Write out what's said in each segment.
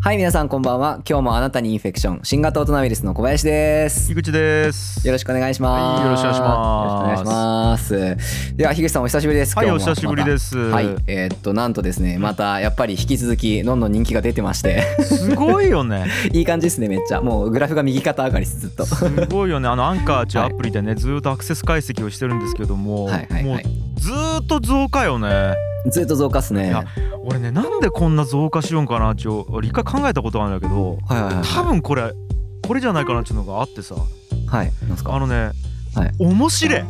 はい皆さんこんばんは今日もあなたにインフェクション新型オトナウイルスの小林です井口です。よろしくお願いします、はいよろしくお願いしますよろしくお願いしますでは樋口さんお久しぶりですはい、今お日もまた久しぶりです。はいえーっとなんとですねまたやっぱり引き続きどんどん人気が出てまして すごいよね。いい感じですねめっちゃもうグラフが右肩上がりですずっとすごいよね。あのアンカーっていうはアいプリでね、ずーっとアクセス解析をしてるんですけども、はいはいもはういずーっと増加よね。ずっと増加っすねいやは俺ね、なんでこんな増加しようんかなって、俺一回考えたことあるんだけど、いはいはい多分これこれじゃないかなっていうのがあってさ、はいなんですあかのね、はい面白い。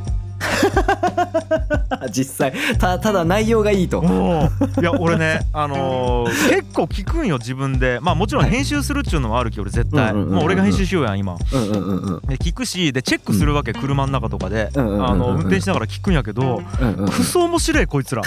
実際たただ内容がいいとおーいや俺ね、あのー結構聞くんよ自分でまあもちろん編集するっちゅうのもあるけど俺絶対うんうんうんうんもう俺が編集しようやん今うんうんうんうんで聞くしでチェックするわけ、車の中とかで、うんうんうんうんあの運転しながら聞くんやけど、うんうんうんクソ面白いこいつら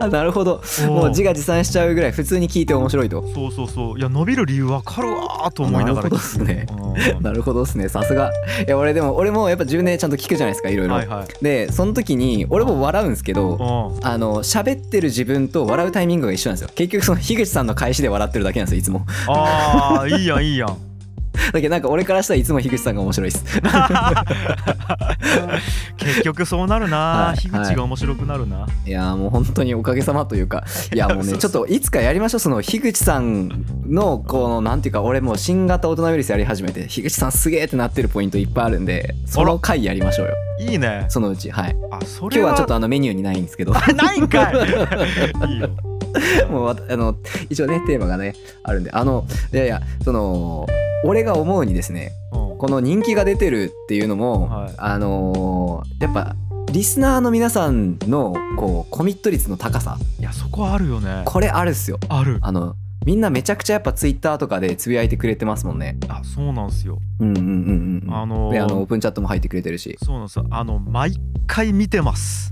あなるほどもう自画自賛しちゃうぐらい普通に聞いて面白いとそうそうそういや伸びる理由わかるわーと思いなながらるほどっすね聞くなるほどですねさすがいや俺でも俺もやっぱ自分でちゃんと聞くじゃないですかいろういんろ、はいはいでその時に俺も笑うんですけどうあの喋ってる自分と笑うタイミングが一緒なんですよ結局その樋口さんの返しで笑ってるだけなんですよいつも んあーいいやんいいやんだけどなんか俺からしたらいつも樋口さんが面白いです結局そうなるはない樋口が面白くなるないやーもう本当におかげさまというかい やもうねそうちそょうっといつかやりましょうその樋口さんのこのなんていうか俺もう新型大人ウイルスやり始めて樋口さんすげーってなってるポイントいっぱいあるんでその回やりましょうよいいねそのうちはいあそ今日れはちょっとあのメニューにないんですけどあ ないんかいいいよもうわたあの一応ねテーマがねあるんであのいやいやその俺が思うにですねうんこの人気が出てるっていうのも、はいあのーやっぱリスナーの皆さんのこうコミット率の高さいやそこあるよねこれあるっすよあるあのみんなめちゃくちゃやっぱツイッターとかでつぶやいてくれてますもんねあそうなんすようんうんうんうんあのーであのオープンチャットも入ってくれてるしそうなんですよあの毎回見てます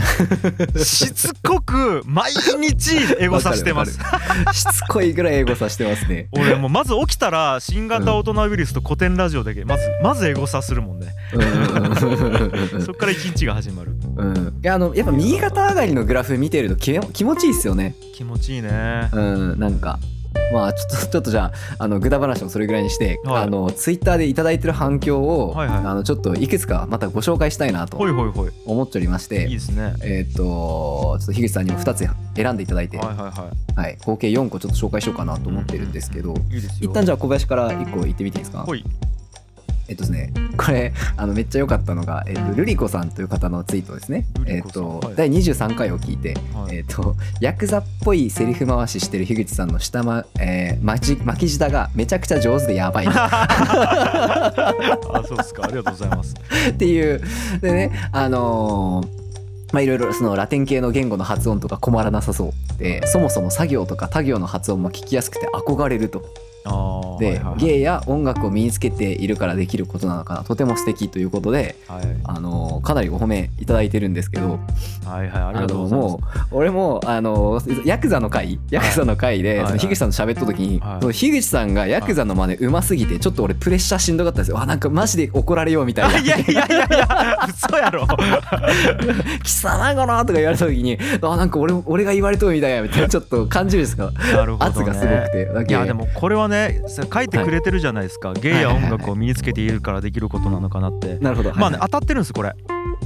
しつこく毎日エゴさしてますわしつこいぐらい英語さしてますね 俺もうまず起きたら新型大人ウイルスと古典ラジオだけまずまずエゴさするもんねうんうんうん うんそっから一日が始まるうんいやあのやっぱ右肩上がりのグラフ見てると気気持ちいいっすよね気持ちいいねうんなんかまあちょっと ちょっとじゃああのグダ話もそれぐらいにして、はいあのツイッターでいただいてる反響を、はいはいあのちょっといくつかまたご紹介したいなほといほいほい思っておりましいいてですねえっ、とちょっと樋口さんにも2つ選んでいただいて、はいははいはい合計4個ちょっと紹介しようかなと思ってるんですけど、いいいですよ一旦じゃあ小林から1個言ってみていいですかほいえっとですね、これあのめっちゃ良かったのが、えっと、ルリコさんという方のツイートですねル。えリコっさんと、はい第23回を聞いて、はいえっとヤクザっぽいセリフ回ししてる樋口さんの下ま、えー、巻き巻き舌がめちゃくちゃ上手でやばい なあそうですかありがとうございますっていうでねあのーまあいろいろそのラテン系の言語の発音とか困らなさそうでそもそも作業とか他行の発音も聞きやすくて憧れるとああで、はいはい芸や音楽を身につけているからできることなのかなとても素敵ということではいはいあのかなりご褒めいただいてるんですけどはいはいあありがとのうございますもう俺もあのヤクザの回ヤクザの回で、はいそのはい樋口さんと喋った時に、はいその樋口さんがヤクザの真似うますぎてちょっと俺プレッシャーしんどかったんですよあなんかマジで怒られようみたいあないやいやいやいや 嘘やろ「貴様かな?」とか言われた時にあなんか俺俺が言われとるみたいやみたいなちょっと感じるんですかなるほど、ね、圧がすごくてだいけやでもこれはねさ書いてくれてるじゃないですか、芸や音楽を身につけているからできることなのかなって、なるほど、まあねはい当たってるんですこれ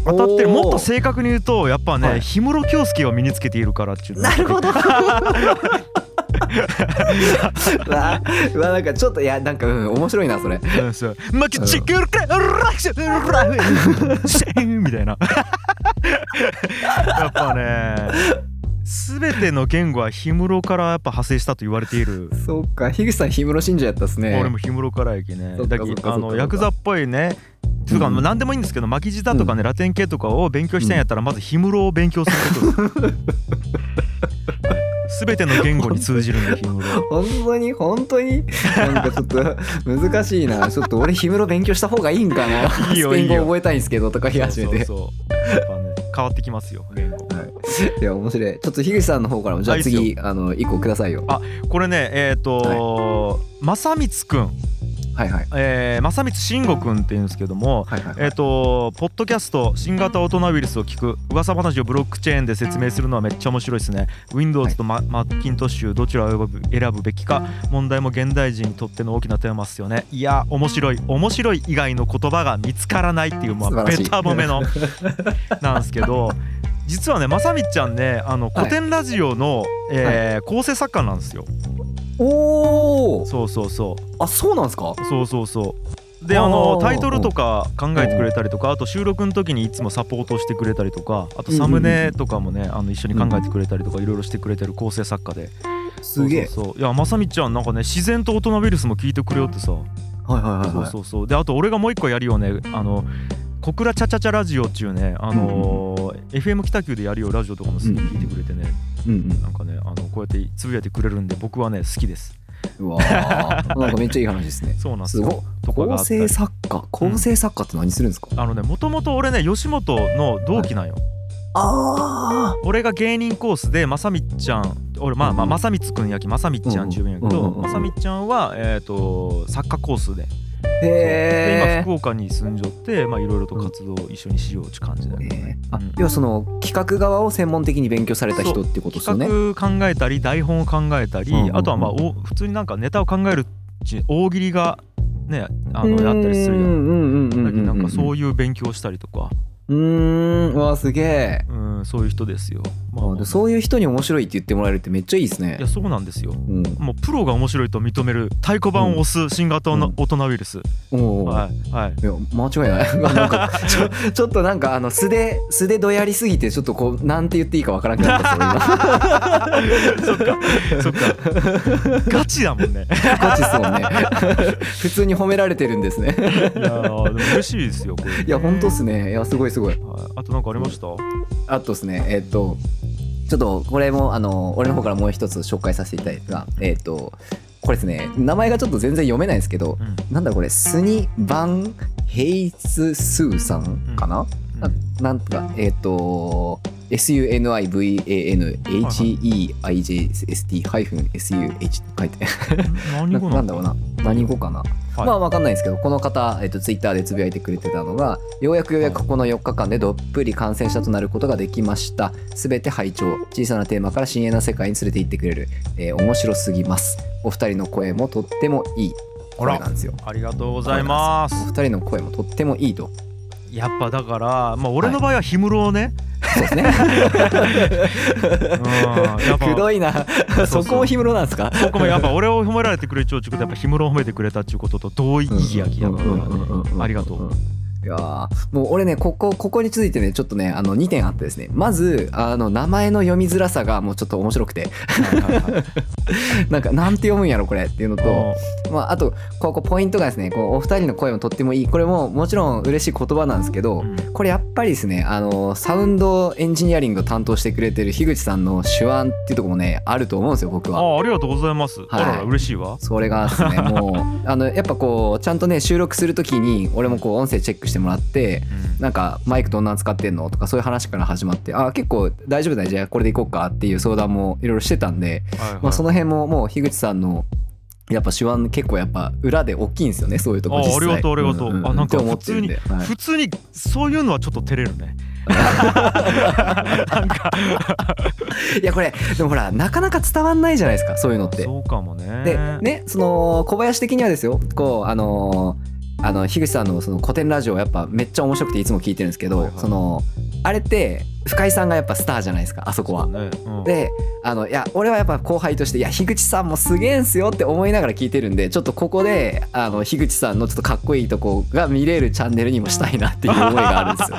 当たってるおーもっと正確に言うとやっぱね、はい氷室京介を身につけているからっていうなるほ ど うわうわなんかちょっといやなんか、うん、面白いなそれどマキチクルクララクシュラフシェンみたいなやっぱね全ての言語は氷室からやっぱ派生したと言われているそうか樋口さん氷室信者やったっすね俺も氷室から駅ねそっかだそっかけそっかあのヤクザっぽいねつうかうんまあ何でもいいんですけど巻き舌とかねラテン系とかを勉強したいんやったらまず氷室を勉強すること 全ての言語に通じるんで氷 室本当に本当になんかちょっと 難しいなちょっと俺氷室勉強した方がいいんかないいよスペインいい語よ覚えたいんですけどとか言い始めてそうそうそうやっぱね変わってきますよ言語いや面白いちょっと樋口さんの方からもじゃああいいっすよ次あの一個くださいよあこれねえっと正光くんはいはいえー、正光慎吾くんっていうんですけども、はいはいえっ、とポッドキャスト新型オトナウイルスを聞く噂話をブロックチェーンで説明するのはめっちゃ面白いですね Windows とマ,、マッキントッシュどちらを選ぶ選ぶべきか問題も現代人にとっての大きなテーマっすよねいや面白い面白い以外の言葉が見つからないっていうま素あ晴らしいベタ褒 めのなんですけど実はねまさみちゃんねあの古典ラジオの、えー構成作家なんですよおおそうそうそうあそうなんですかそうそうそうであーあのタイトルとか考えてくれたりとかあと収録の時にいつもサポートしてくれたりとかあとサムネとかもねあの一緒に考えてくれたりとかいろいろしてくれてる構成作家ですげえそうそうそういやまさみちゃんなんかね自然と大人ウイルスも聞いてくれよってさはいはいはいそうはいそうそうであと俺がもう一個やるよねあの小倉チャチャチャラジオっちゅうねあのー FM 北九でやるよラジオとかもすぐ聞いてくれてねうんなんかねあのこうやってつぶやいてくれるんで僕はね好きですうんうわ ーなんかめっちゃいい話ですねそうなんですすよごいとかがあ構ったり成作家構成作家って何するんですか、あのねもともと俺ね吉本の同期なんよ、あ俺が芸人コースでまさみっちゃん俺まあまあうんまさみつくんやきまさみっちゃん自分やけうんうどんうんうんまさみっちゃんはえっ、と作家コースであで今へえ福岡に住んじょってまあいろいろと活動を一緒にしようって感じだよね、あうん要はその企画側を専門的に勉強された人ってことですよね企画考えたり台本を考えたり、うんうんうんあとはまあお普通になんかネタを考えるうちに大喜利がねあのやったりするうよんうんうんうんうだんけどなんかそうういう勉強をしたりとか、うーんうわすげえうん、そういう人ですよ、まああでそういう人に面白いって言ってもらえるってめっちゃいいですねいやそうなんですようんもうプロが面白いと認める太鼓判を押す新型の大人ウイルス、おーはいはいいや間違いない なんかちょちょっとなんかあの素で素でどやりすぎてちょっとこうなんて言っていいかわからなくなったんですよそっか そっかガチだもんね今 ガチっすもんね 普通に褒められてるんですねいやーでも嬉しいですよこれいや本当っすねいやすごいすごいはい、あとなんかありました、あとですねえっ、とちょっとこれもあの俺の方からもう一つ紹介させていただいたえっ、とこれですね名前がちょっと全然読めないんですけどうんなんだこれスニバン・ヘイス・スーさんかな、うんなんとかえっ、と SUNIVANHEIJST-SUH って書いて何な語ななんんだだろうな何語かな、はいまあ分かんないですけどこの方、えっとツイッターでつぶやいてくれてたのがようやくようやくこの4日間でどっぷり感染者となることができました全て拝聴小さなテーマから深淵な世界に連れて行ってくれる、えー面白すぎますお二人の声もとってもいいこあられなんですよありがとうございますお二人の声もとってもいいとやっぱだからまあ俺の場合は氷室をね、そうですねうん やっぱくどいなそうそこも氷室なんですか僕もやっぱ俺を褒められてくれちゃうちゅうことやっぱ氷室を褒めてくれたっちゅうことと同意義やきやからねありがとういやーもう俺ねここここに続いてねちょっとねあの2点あってですねまずあの名前の読みづらさがもうちょっと面白く てはいはいはいなんかなんて読むんやろこれっていうのと、まあ、あとここポイントがですねこうお二人の声もとってもいいこれももちろん嬉しい言葉なんですけど、うんこれやっぱりですねあのサウンドエンジニアリングを担当してくれてる樋口さんの手腕っていうとこもねあると思うんですよ僕は。あありがとうございます、あらら嬉しいわそれがです ねもうあのやっぱこうちゃんとね収録するときに俺もこう音声チェックしてもらってうんなんかマイクどんなん使ってんのとかそういう話から始まってあ結構大丈夫だよじゃあこれでいこうかっていう相談もいろいろしてたんで、はいはいまあ、その辺ももう樋口さんのやっぱ手腕結構やっぱ裏で大きいんですよねそういうとこあ実際ありがとうありがとうんんあなんってか思ってるんではい普通にそういうのはちょっと照れるね。なんかいやこれでもほらなかなか伝わんないじゃないですかそういうのってそうかもね。でねその小林的にはですよこうあのーあの樋口さんのその古典ラジオやっぱめっちゃ面白くていつも聞いてるんですけど、はいはいそのあれって深井さんがやっぱスターじゃないですかあそこは。ねうんであのいや俺はやっぱ後輩として「いや樋口さんもすげえんすよ」って思いながら聞いてるんでちょっとここであの樋口さんのちょっとかっこいいとこが見れるチャンネルにもしたいなっていう思いがあるんですよ。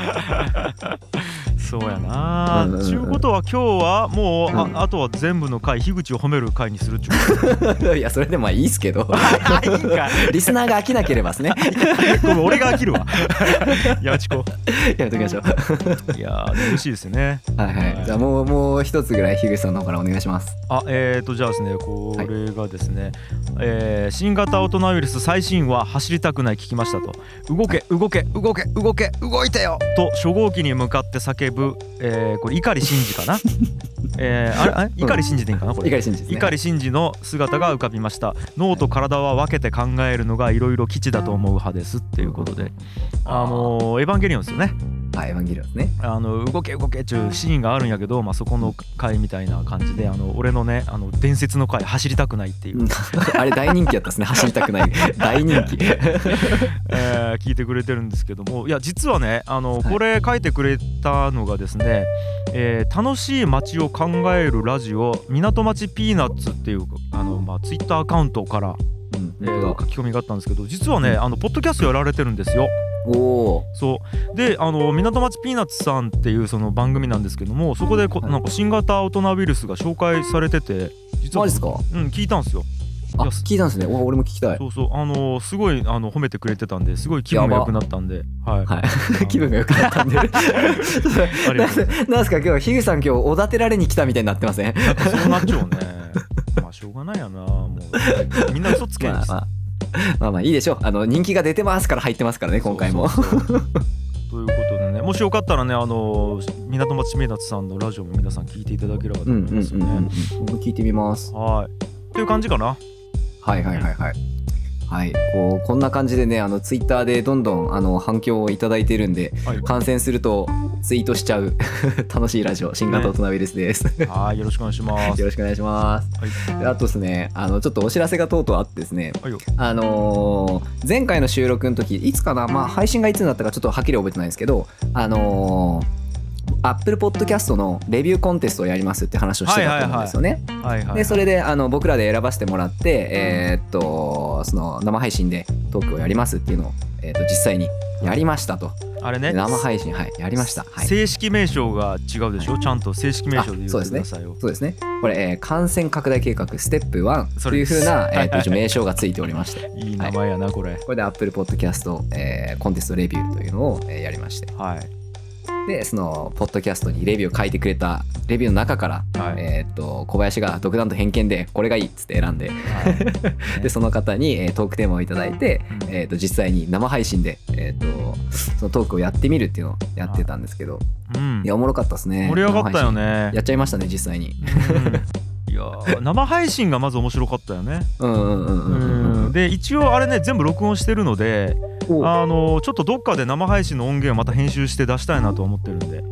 そうやなうんうんう。んちゅうことは今日はもううんああとは全部の回樋口を褒める回にするっちゅう こ いやそれでもいいですけどと。いいんかい。リスナーが飽きなければですねごめん俺が飽き るわ。やちこ。やめときましょう。いやー嬉しいですね。はいはい、じゃあもうもう一つぐらい樋口さんの方からお願いします。あえー、とじゃあですねこれがですね、えー新型オトナウイルス最新話走りたくない聞きましたと動け動け動け 動け動いてよと初号機に向かって叫ぶ、えーこれ碇シンジかなえー、あれあれ碇シンジでいいんかなこれ碇シンジですね碇シンジの姿が浮かびました脳と体は分けて考えるのがいろいろ基地だと思う派ですっていうことであのエヴァンゲリオンですよねはいエヴァンゲリオンですねあの動け動けっちゅうシーンがあるんやけど、まあ、そこの回みたいな感じであの俺のねあの伝説の回走りたくないっていう、 あれ大人気やったですね走りたくない大人気 えー聞いてくれてるんですけどもいや実はねあのはいこれ書いてくれたのがですね、えー楽しい街を考えるラジオ港町ピーナッツっていうあの、まあ、ツイッターアカウントから、うんえ本ー当だ書き込みがあったんですけど実はねあのポッドキャストやられてるんですよ。おおそうであの港町ピーナッツさんっていうその番組なんですけどもそこでこ、はいなんか新型大人ウイルスが紹介されてて実マはジですかうん聞いたんですよあいや聞いたんですねお俺も聞きたいそうそうあのすごいあの褒めてくれてたんですごい気分がやば良くなったんではい、はい 気分が良くなったん でありがとうござい なんですか今日ヒグさん今日おだてられに来たみたいになってませんやっぱそうなっちゃうねまあしょうがないやなもうみんな嘘つけん し、まあまあまあまあいいでしょうあの人気が出てますから入ってますからね今回もそうそう そうということでねもしよかったらねあの港町ピーナッツさんのラジオも皆さん聞いていただければとうん思ういんうんうますよね、ん僕も聞いてみますはいっていう感じかなはいはいはいはい。はい、こうこんな感じでねあのツイッターでどんどんあの反響をいただいてるんではい感染するとツイートしちゃう 楽しいラジオ新型大人ウイルスです、はいよろしくお願いしますよろしくお願いします、はであとですねあのちょっとお知らせがとうとうあってですねはいよあのー前回の収録の時いつかなまあ配信がいつになったかちょっとはっきり覚えてないんですけどあのアップルポッドキャストのレビューコンテストをやりますって話をしてたと思うんですよね、はいはいでそれであの僕らで選ばせてもらって、えーっとその生配信でトークをやりますっていうのを、えーっと実際にやりましたとあれね生配信はいやりましたはい正式名称が違うでしょ、ちゃんと正式名称で言あっそうでてすくねださいよ。そうですねこれ、えー感染拡大計画ステップ1そといれうですふうな、えーっとはい一応名称がついておりましていい名前やな、これ。これで Apple Podcast、えーコンテストレビューというのを、えーやりましてはい。でそのポッドキャストにレビューを書いてくれたレビューの中から、はいえーっと小林が独断と偏見でこれがいいっつって選んではいでその方に、えートークテーマをいただいて、うんえー、と実際に生配信で、えー、とそのトークをやってみるっていうのをやってたんですけど、うんい、やおもろかったですね盛り上がった生よ配ね信。やっちゃいましたね実際にうんいやー生配信がまず面白かったよね。うんうんうんうんうんで一応あれね全部録音してるので、おあのーちょっとどっかで生配信の音源をまた編集して出したいなと思ってるんで、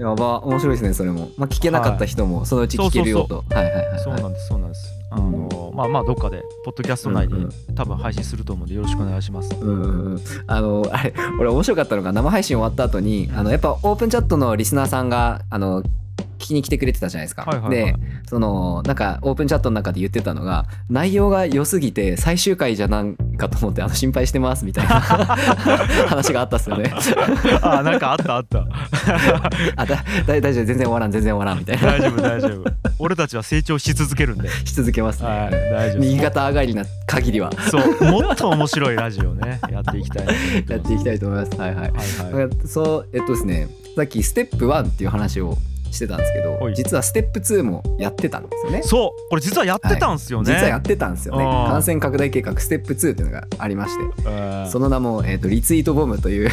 やば面白いですねそれも、まあ、聞けなかった人もそのうち聞けるよとはいはいはいそうはいなんですそうなんです。あのーまあまあどっかでポッドキャスト内に多分配信すると思うんでよろしくお願いします。うんうんうんあのあれ俺面白かったのが生配信終わった後にあのやっぱオープンチャットのリスナーさんがあの聞きに来てくれてたじゃないですか、はいはいはいでそのなんかオープンチャットの中で言ってたのが内容が良すぎて最終回じゃなんかと思ってあの心配してますみたい な話があったっすよね あーなんかあったあった。あだだ大丈夫全然終わらん全然終わらんみたいな大丈夫大丈夫俺たちは成長し続けるんでし続けますね、はい大丈夫右肩上がりな限りはそうもっと面白いラジ オねやっていきたいなと思やっていきたいと思いますはいはいますはいはいそうえっとですねさっきステップ1っていう話をしてたんですけはどい実はステップ2もやってたんですよねそうこれ実はやってたんすよね、実はやってたんですよねあー感染拡大計画ステップ2っていうのがありましてうん その名も、えー、とリツイートボムという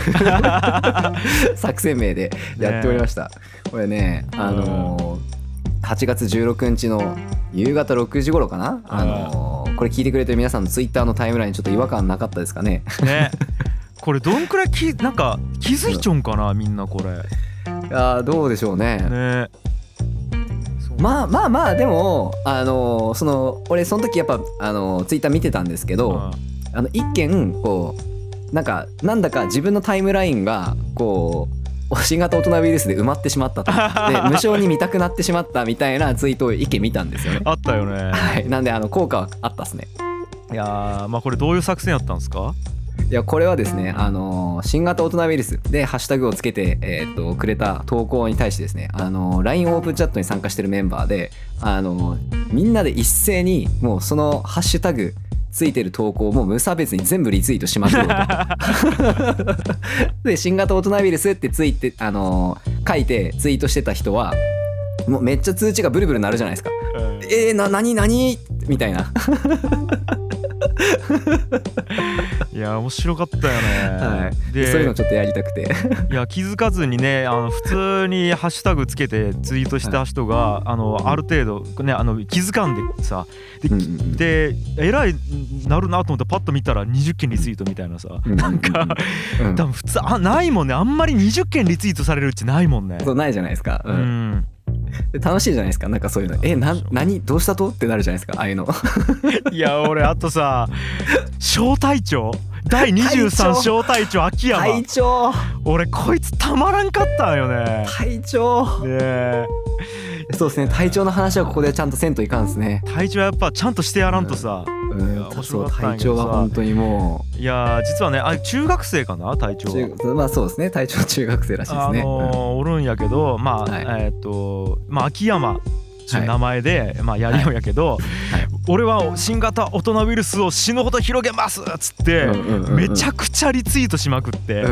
作戦名でやっておりました、これねあのー8月16日の夕方6時頃かな、あのーこれ聞いてくれてる皆さんのツイッターのタイムラインにちょっと違和感なかったですか ねねこれどんくらいきなんか気づいちょんかなみんなこれあーどうでしょうねねそうまあまあまあでもあのーその俺その時やっぱあのーツイッター見てたんですけど、あの一見こうなんかなんだか自分のタイムラインがこう新型大人ウイルスで埋まってしまったとで無性に見たくなってしまったみたいなツイートを一見見たんですよねうん 。あったよねはい、なんであの効果はあったっすね。いやーまあこれどういう作戦やったんですかいやこれはですね、あのー新型大人ウイルスでハッシュタグをつけて、えーっとくれた投稿に対してですね、あのー LINE オープンチャットに参加してるメンバーで、あのーみんなで一斉にもうそのハッシュタグついてる投稿をもう無差別に全部リツイートしましょ うとで新型大人ウイルスってついて、あのー書いてツイートしてた人はもうめっちゃ通知がブルブル鳴るじゃないですか。うんえー、な何何みたいないや面白かったよね、はいでそういうのちょっとやりたくていや気づかずにねあの普通にハッシュタグつけてツイートした人が、あのある程度、ね、あの気づかんでさで,、うんうんうんでえらいなるなと思ってパッと見たら20件リツイートみたいなさ、なんか、うんうん多分普通あないもんねあんまり20件リツイートされるうちないもんね。そうないじゃないですか、ううんん、で楽しいじゃないですかなんかそういうのえな何どうしたとってなるじゃないですかああいうのいや俺あとさ小隊長第隊23長小隊長秋山隊長俺こいつたまらんかったんよね。隊長ねえそうですね隊長の話はここでちゃんとせんといかんですね体調はやっぱちゃんとしてやらんとさ、ういやん面そ白うかったんや隊けど長さは本当にもいやー実はねあ中学生かな体う調は中まあそうですね隊長中学生らしいですあね、のーおるんやけどまあ、はいえーっ、とまあ秋山っていう名前で、まあやりようやけど、はい俺は新型大人ウイルスを死ぬほど広げますっつって、めちゃくちゃリツイートしまくって。くであ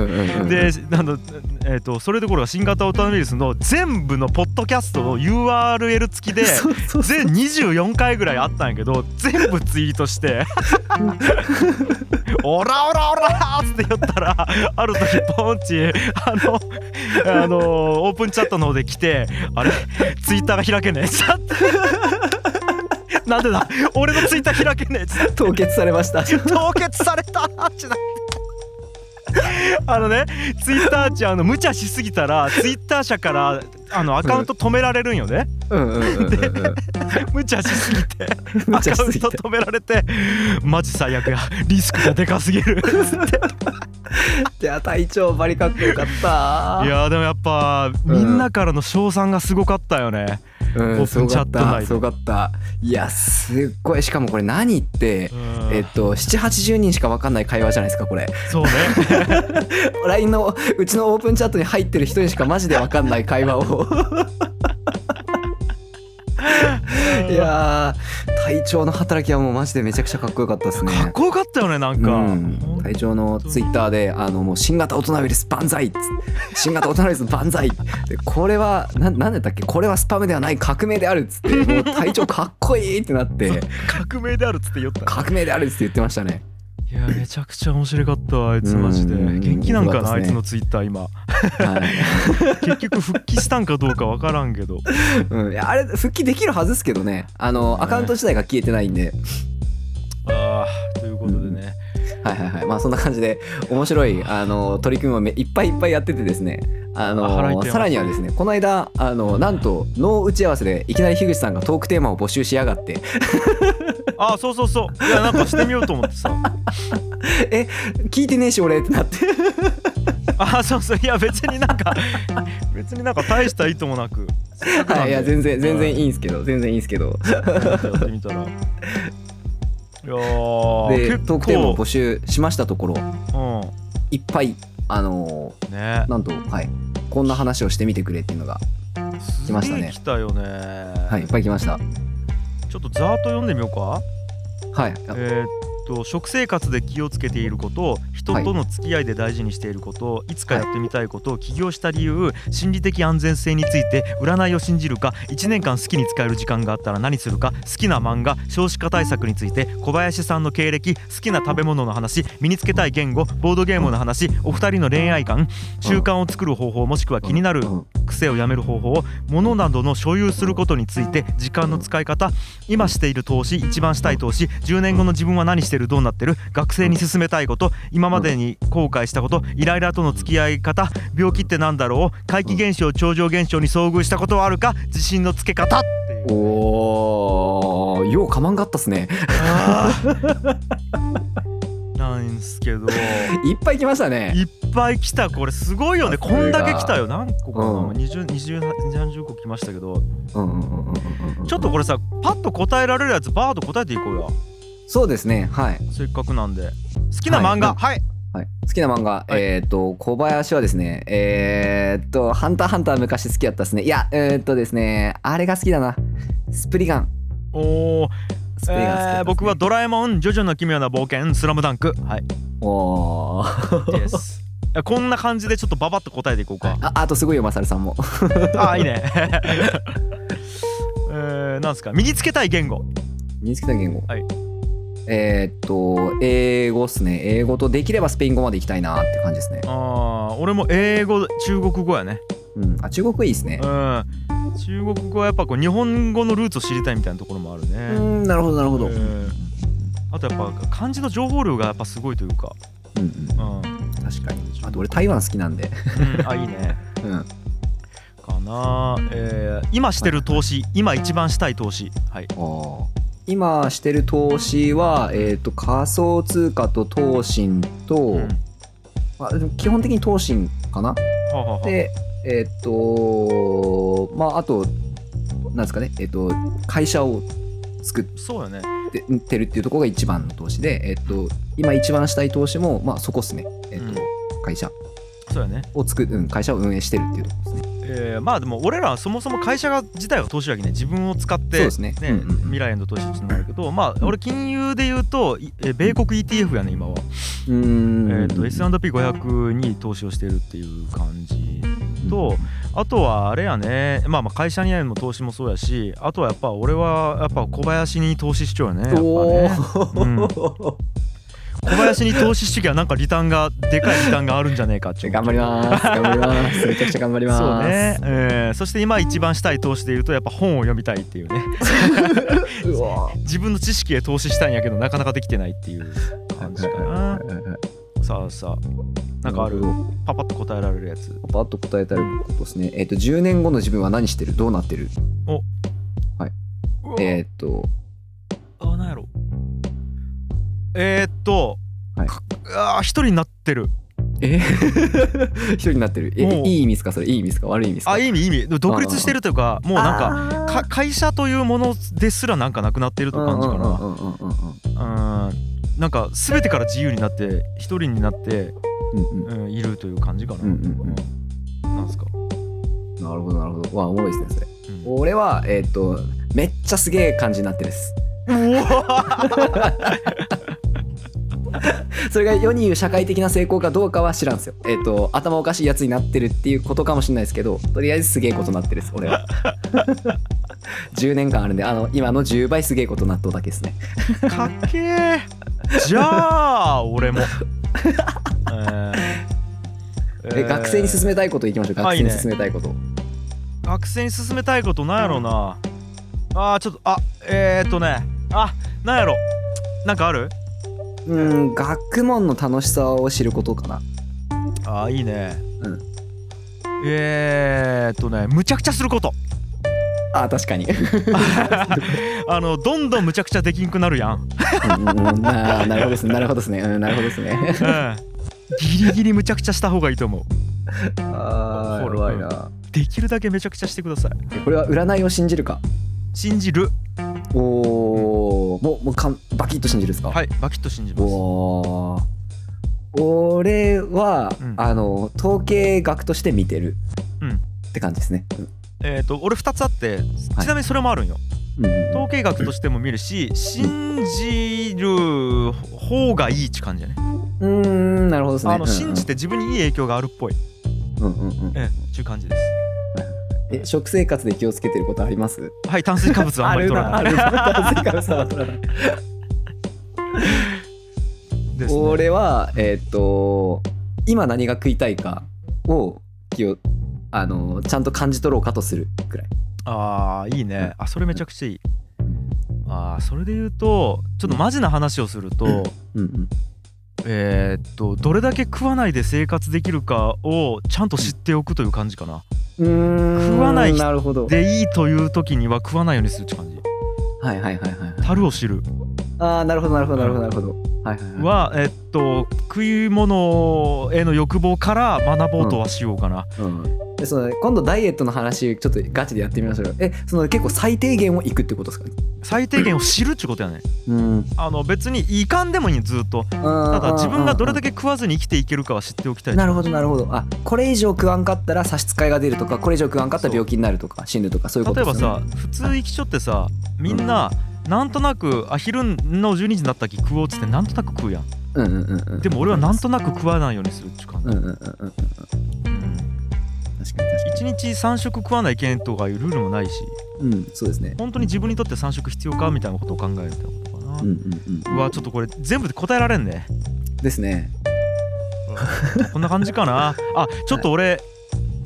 の、えー、とそれどころか新型オタウイルスの全部のポッドキャストの URL 付きで そうそうそう全24回ぐらいあったんやけど全部ツイート して「オラオラオラ!」っつって言ったらある時ポンチあのあのオープンチャットの方で来て「あれツイッターが開けねえ」っつ ってなんでだ俺のツイッター開けねえ」っつって凍結されました凍結されたってなってあのねツイッターちあの無茶しすぎたらツイッター社からあのアカウント止められるんよね、うんうんうんうんうん無茶しすぎて 無アカ茶しウすンぎトて止められてマジ最悪やリスクがでかす ぎるいや隊長バリかっこよかっいたやーでもやっぱうんみんなからの称賛がすごかったよね、うオんーすプンごチかャっット内たですごかったいやすっごいしかもこれ何ってうんえっと780人しか分かんない会話じゃないですかこれ そうね LINE のうちのオープンチャットに入ってる人にしかマジで分かんない会話 をいやー隊長の働きはもうマジでめちゃくちゃかっこよかったですねかっこよかったよねなんか、うん、隊長のツイッターで「あのもう新型大人ウイルス万歳」新型大人ウイルス万歳」でこれはななんだったっけこれはスパムではない革命であるっつってもう隊長かっこいいってなって革命であるっつって言った革命であるっつって言ってましたねいやめちゃくちゃ面白かったあいつマジでうん元気なんかなそうあですねいつのツイッター今はい、結局復帰したんかどうかわからんけど うん、いやあれ復帰できるはずですけどねあのアカウント自体が消えてないんで あーということでねはいはいはいまあそんな感じで面白いあの取り組みをめいっぱいいっぱいやっててですねああ腹痛いのわさらにはですねこの間あのなんと脳打ち合わせでいきなり樋口さんがトークテーマを募集しやがってあーそうそうそういやなんかしてみようと思ってさ 聞いてねえし俺ってなってあーそうそういや別になんか 別になんか大した意図もなくはい、いや全然全然いいいんすけど全然いいんすけどやってみたらいやーで結トークテーマを募構集しましたところいっぱいあのうんねーなんとはいこんな話をしてみてくれっていうのがす来ましたげねえ来たよねはいいっぱい来ましたちょっとざーっと読んでみようかはいあえーっと食生活で気をつけていること人との付き合いで大事にしていること、い、つかやってみたいこと起業した理由心理的安全性について占いを信じるか1年間好きに使える時間があったら何するか好きな漫画少子化対策について小林さんの経歴好きな食べ物の話身につけたい言語ボードゲームの話お二人の恋愛観習慣を作る方法もしくは気になるうん癖をやめる方法物などの所有することについて時間の使い方今している投資一番したい投資10年後の自分は何してるどうなってる学生に勧めたいこと今までに後悔したことイライラとの付き合い方病気って何だろう怪奇現象超常現象に遭遇したことはあるか自信のつけ方っていうおーようかまんかったっすねあーなんすけどいいっぱい来ましたねっぱい来たこれすごいよねこんだけ来たよ何個かなうん20 20 30個来ましたけどうんうんうんうんうんうんちょっとこれさパッと答えられるやつバーッと答えていこうよそうですねはいせっかくなんで好きな漫画はい、はい、好きな漫画、はいえっ、と小林はですねえっ、と「ハンターハンター」昔好きだったですねいやえっ、とですねあれが好きだなスプリガンおースプリガン好きだったっすね、えー僕は「ドラえもんジョジョの奇妙な冒険スラムダンクはいおーですいやこんな感じでちょっとババッと答えていこうかああとすごいよマサルさんも あーいいね えー、なんすか身につけたい言語身につけた言語えーっと、英語っすね。英語とできればスペイン語まで行きたいなって感じですね。ああー俺も英語中国語やねうん。あ、中国いいですねうん。中国語はやっぱこう日本語のルーツを知りたいみたいなところもあるうね、ん、なるほど、なるほど。ううんんあとやっぱ漢字の情報量がやっぱすごいというか、うん。うんうん、確かに。あと俺台湾好きなんで。あいいねうん。かな、えー今してる投資今一番したい投資はい今してる投資は、えーっと、仮想通貨と投信と、うんまあ、でも基本的に投信かな。はあはあはあで、えーっと、まあ、あと、なんですかね、えーっと、会社を作っそうよねてってるっていうところが一番の投資で、えーっと、今一番したい投資も、まあ、そこっすね。えーっと、会社そうよねを作る、うん、会社を運営してるっていうところですね。えーまあでも俺らはそもそも会社が自体は投資だけね自分を使っそうてですね。ねうんうん未来への投資っていうのがあるけどまあ俺金融で言うといえー米国 ETF やね今は、うん。えー、と S&P500 に投資をしてるっていう感じとあとはあれやねまあまあ会社にも投資もそうやしあとはやっぱ俺はやっぱ小林に投資しちゃうよねやっぱおねー小林に投資しちゃなんかリターンがでかいリターンがあるんじゃねえかって思っ頑て張ります。頑張り ます。めちゃくちゃ頑張ります。そうね、えーそして今一番したい投資で言うとやっぱ本を読みたいっていうね うわー自分の知識へ投資したいんやけどなかなかできてないっていう感じかなさあさあなんかあるなほどパパッと答えられるやつパッと答えたることですね。えっ、と、10年後の自分は何してるどうなってるえっ、と、うわあなんやろえー、っと、はいかうわー一人になってる え一人になってる。え、おういい意味ですかそれ、いい意味ですか悪い意味ですかあいい意味いい意味でも独立してるというかもうなんかかか会社というものですらなんかなくなってると感じかなうんうんうんうんうんなんか全てから自由になって一人になって、うんうんうん、いるという感じかな、うんうんうんうんなんすかうんなるほど、なるほど。わあ、おもろいですね、それ。うん俺は、えっ、と、めっちゃすげえ感じになってるです。それが世に言う社会的な成功かどうかは知らんすよ。えっ、と、頭おかしいやつになってるっていうことかもしれないですけど、とりあえずすげえことになってるです、俺は。10年間あるんで、あの、今の10倍すげえことになっとうだけですね。かっけえ じゃあ俺も、えーえ、学生に進めたいこといきましょう、あ学いい生ねに進めたいこと。学生に進めたいことなんやろなあーちょっとあえー、っとねあなんやろなんかあるうん、学問の楽しさを知ることかな。あーいいねうんえー、っとねむちゃくちゃすることあ、確 かに。あのどんどんむちゃくちゃできんくなるやんうんうんうんななるほどですね、なるほどですね。うん、なるほどですね。うんギリギリむちゃくちゃした方がいいと思うあーやばいな。できるだけめちゃくちゃしてくださいこれは占いを信じるか。信じるおー、もう、もうかん、バキッと信じるですかはいバキッと信じますおー俺は、うんあの統計学として見てる、うんって感じですね。えっ、と俺2つあってちなみにそれもあるんよ、うんうん統計学としても見るし信じる方がいいって感じやねうん、うーんなるほどですね。あの信じて自分にいい影響があるっぽいうんうんうんうんええっていう感じでえ食生活で気をつけてることありますすはい炭水化物はあんまり取らないあるな あるな炭水化物は取らないです、ね、俺はえーっと今何が食いたいかを気をあのちゃんと感じ取ろうかとするくらい。あーいいねあそれめちゃくちゃいいあーそれで言うとちょっとマジな話をすると、うんうん、えーっとどれだけ食わないで生活できるかをちゃんと知っておくという感じかな。うーん食わない人なるほど。でいいという時には食わないようにするって感じ。はいはいはいはいはい。樽を知るああなるほどなるほどなるほどなるほど。はいはいはい。はえーっと食い物への欲望から学ぼうとはしようかな。うん、でその今度ダイエットの話ちょっとガチでやってみましょうよえその結構最低限をいくってことですかね最低限を知るってことやね。うんあの別にいかんでもいいずっと。たただ自分がどれだけけ食わずに生きていけるかは知っておきたい。なるほどなるほどあこれ以上食わんかったら差し支えが出るとかこれ以上食わんかったら病気になるとか死ぬとかそういうこと例えばですよさね普通生きちょってさみんななんとなくあ昼の12時になったき食おうっつってなんとなく食うやん。うんうんうんうんでも俺はなんとなく食わないようにするっていう感うじ、んうんうんうん確かに確か1日3食食わないけんとかいうルールもないしにうんそうですね本当に自分にとって3食必要かみたいなことを考えるってことかななうんうんうんうわちょっとこれ全部で答えられんねですねこんな感じかなあちょっと俺、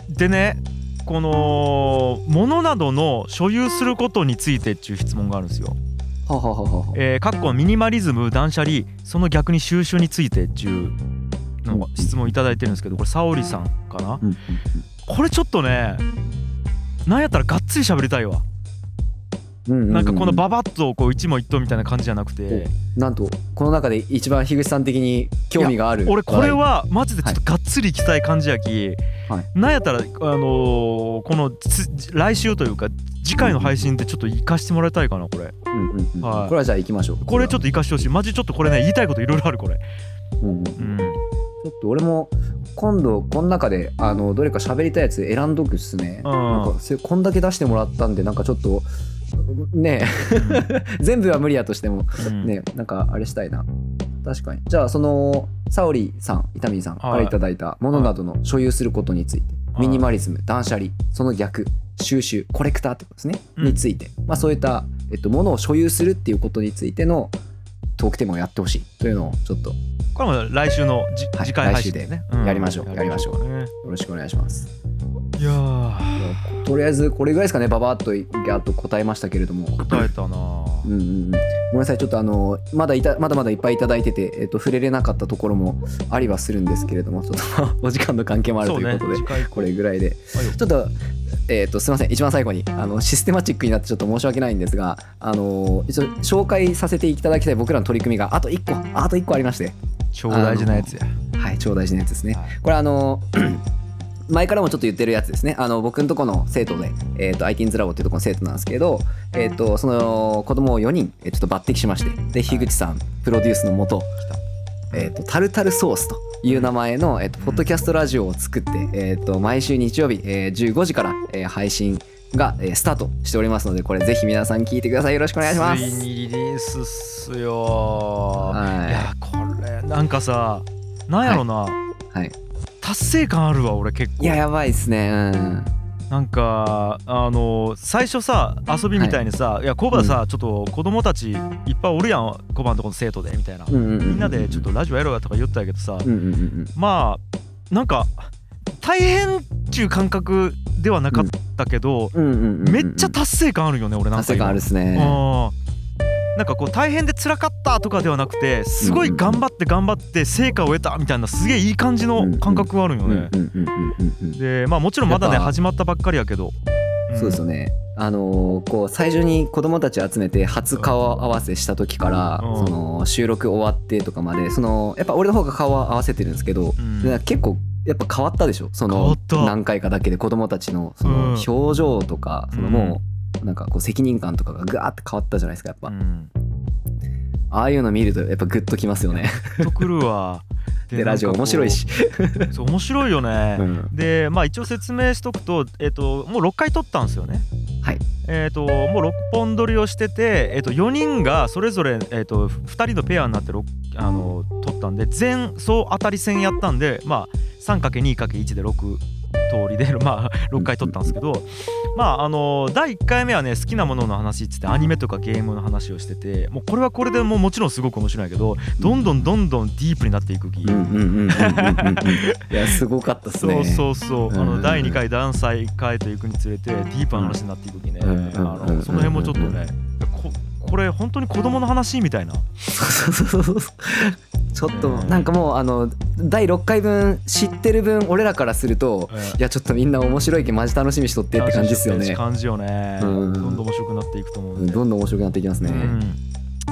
でねこの物などの所有することについてっていう質問があるんですよ。はあはあはあはあえー、かっこミニマリズム断捨離その逆に収集についてっていうのが質問いただいてるんですけどこれ沙織さんかなうんうんこれちょっとねなんやったらがっつり喋りたいわうんうんうなんかこのババッとこう一問一答みたいな感じじゃなくてなんとこの中で一番樋口さん的に興味がある俺これ話はマジでちょっとがっつりいきたい感じやき、はいなんやったらあのーこのつ来週というか次回の配信でちょっと生かしてもらいたいかなこれ題うんうんうんはいこれはじゃあ行きましょうこれちょっっと生かしてほしいマジちょっとこれね言いたいこといろいろあるこれと、うんうんちうんょっと俺も今度この中であのどれか喋りたいやつ選んどくっすね、うんなんかそれこんだけ出してもらったんでなんかちょっとねえ 全部は無理やとしてもうんねなんかあれしたいな確かにじゃあその沙織さん伊丹さんかはいらいただいたものなどの所有することについて、はいミニマリズム断捨離その逆収集コレクターってことですね、うんについて、まあ、そういった、えっと、ものを所有するっていうことについてのトークテーマをやってほしいというのをちょっとよこれも来週のじ、はい次回配信ね週でやりましょうやりましょうねろしくお願いしますいやーとりあえずこれぐらいですかねババッとやっと答えましたけれども答えたなあうんうんうん、ごめんなさいちょっとあのまだいたまだまだいっぱいいただいてて、えっと、触れれなかったところもありはするんですけれどもちょっと まあお時間の関係もあるそとういうねことで、次回これぐらいではいよちょっと,、えっとすいません一番最後にあのシステマチックになってちょっと申し訳ないんですがあの一応紹介させていただきたい僕らの取り組みがあと1個あと1個ありまして超大事なやつやはい超大事なやつですね。はいこれあの 前からもちょっと言ってるやつですね。あの僕のとこの生徒で、えっ、と ITINS ラボっていうとこの生徒なんですけど、えっ、とその子供を4人、えーちょっと抜擢しまして、で樋口さんプロデュースのもと、えっ、とタルタルソースという名前のえっ、とポッドキャストラジオを作って、えっ、と毎週日曜日、えー15時から、えー配信が、えースタートしておりますので、これぜひ皆さん聞いてください。よろしくお願いします。ついにリリースっすよいはやこれなんかさなんやろな、いはい。達成感あるわ俺結構いややばいですね。うん。なんかあの最初さ遊びみたいにさ、い、やコバさ、ちょっと子供たちいっぱいおるやんコバのとこの生徒でみたいな、うんうんうん、みんなでちょっとラジオやろうやとか言ったんやけどさ、うんうんうんまあなんか大変っちゅう感覚ではなかったけど、うんうんうんうんうん。めっちゃ達成感あるよね俺なんか達成感あるっすね。うんなんかこう大変で辛かったとかではなくてすごい頑張って頑張って成果を得たみたいなすげえいい感じの感覚があるんようんうねん。うんうんうんうんでまあもちろんまだねやっぱ始まったばっかりやけど、んそうですよね。あのーこう最初に子供たち集めて初顔合わせした時から、うんその収録終わってとかまでそのやっぱ俺の方が顔は合わせてるんですけど、うんで結構やっぱ変わったでしょそ変わのった何回かだけで子供たちのそのうん表情とか、そのもうなんかこう責任感とかがガーって変わったじゃないですかやっぱ、うんああいうの見るとやっぱグッときますよね。グッとくるわ でラジオ面白いし。。なんかこうそう面白いよね。うんでまあ一応説明しとくと,、えっともう6回撮ったんですよね。はいえっともう6本撮りをしてて、えっと4人がそれぞれ、えっと2人のペアになってろくあの撮ったんで全総当たり戦やったんで、まあ、3×2×1 で6通りで、 まあ、6回撮ったんですけど、まあ、あの第1回目はね好きなものの話っつってアニメとかゲームの話をしててもうこれはこれでもうもちろんすごく面白いんやけどどんどんどんどんディープになっていく気。うんうんうんうんうんうんうんいやすごかったですね。そうそうそう、あうんうんうのん第2回ダンサー変えていくにつれてディープな話になっていくきね、うんうんうんあのその辺もちょっとね、ここれ本当に子供の話みたいなそうそうそうそう ちょっとえーなんかもうあの第6回分知ってる分俺らからするとえーいやちょっとみんな面白いけんマジ楽しみしとってって感じですよね感じよね、うんうんどんどん面白くなっていくと思ううんんで、どんどん面白くなっていきますね、うん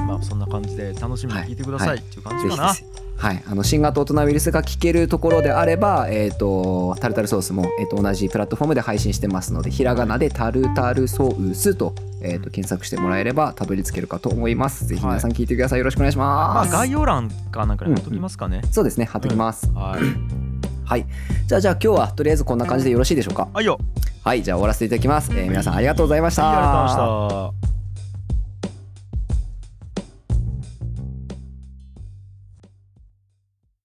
まあそんな感じで楽しみに聞いてください、はいっていう感じぜかひな、ぜひはい、あの新型オトナウイルスが聞けるところであれば、えー、とタルタルソースも、えー、と同じプラットフォームで配信してますのでひらがなでタルタルソースと,、えー、と検索してもらえればたどり着けるかと思いますぜひ皆さん聞いてください、よろしくお願いしままあす、概要欄かなんかに貼っときますかね、そうですね貼っときます、はいはいじゃあじゃあ今日はとりあえずこんな感じでよろしいでしょうかあいいよはい、じゃあ終わらせていただきます。えー皆さんありがとうございました。ありがとうございました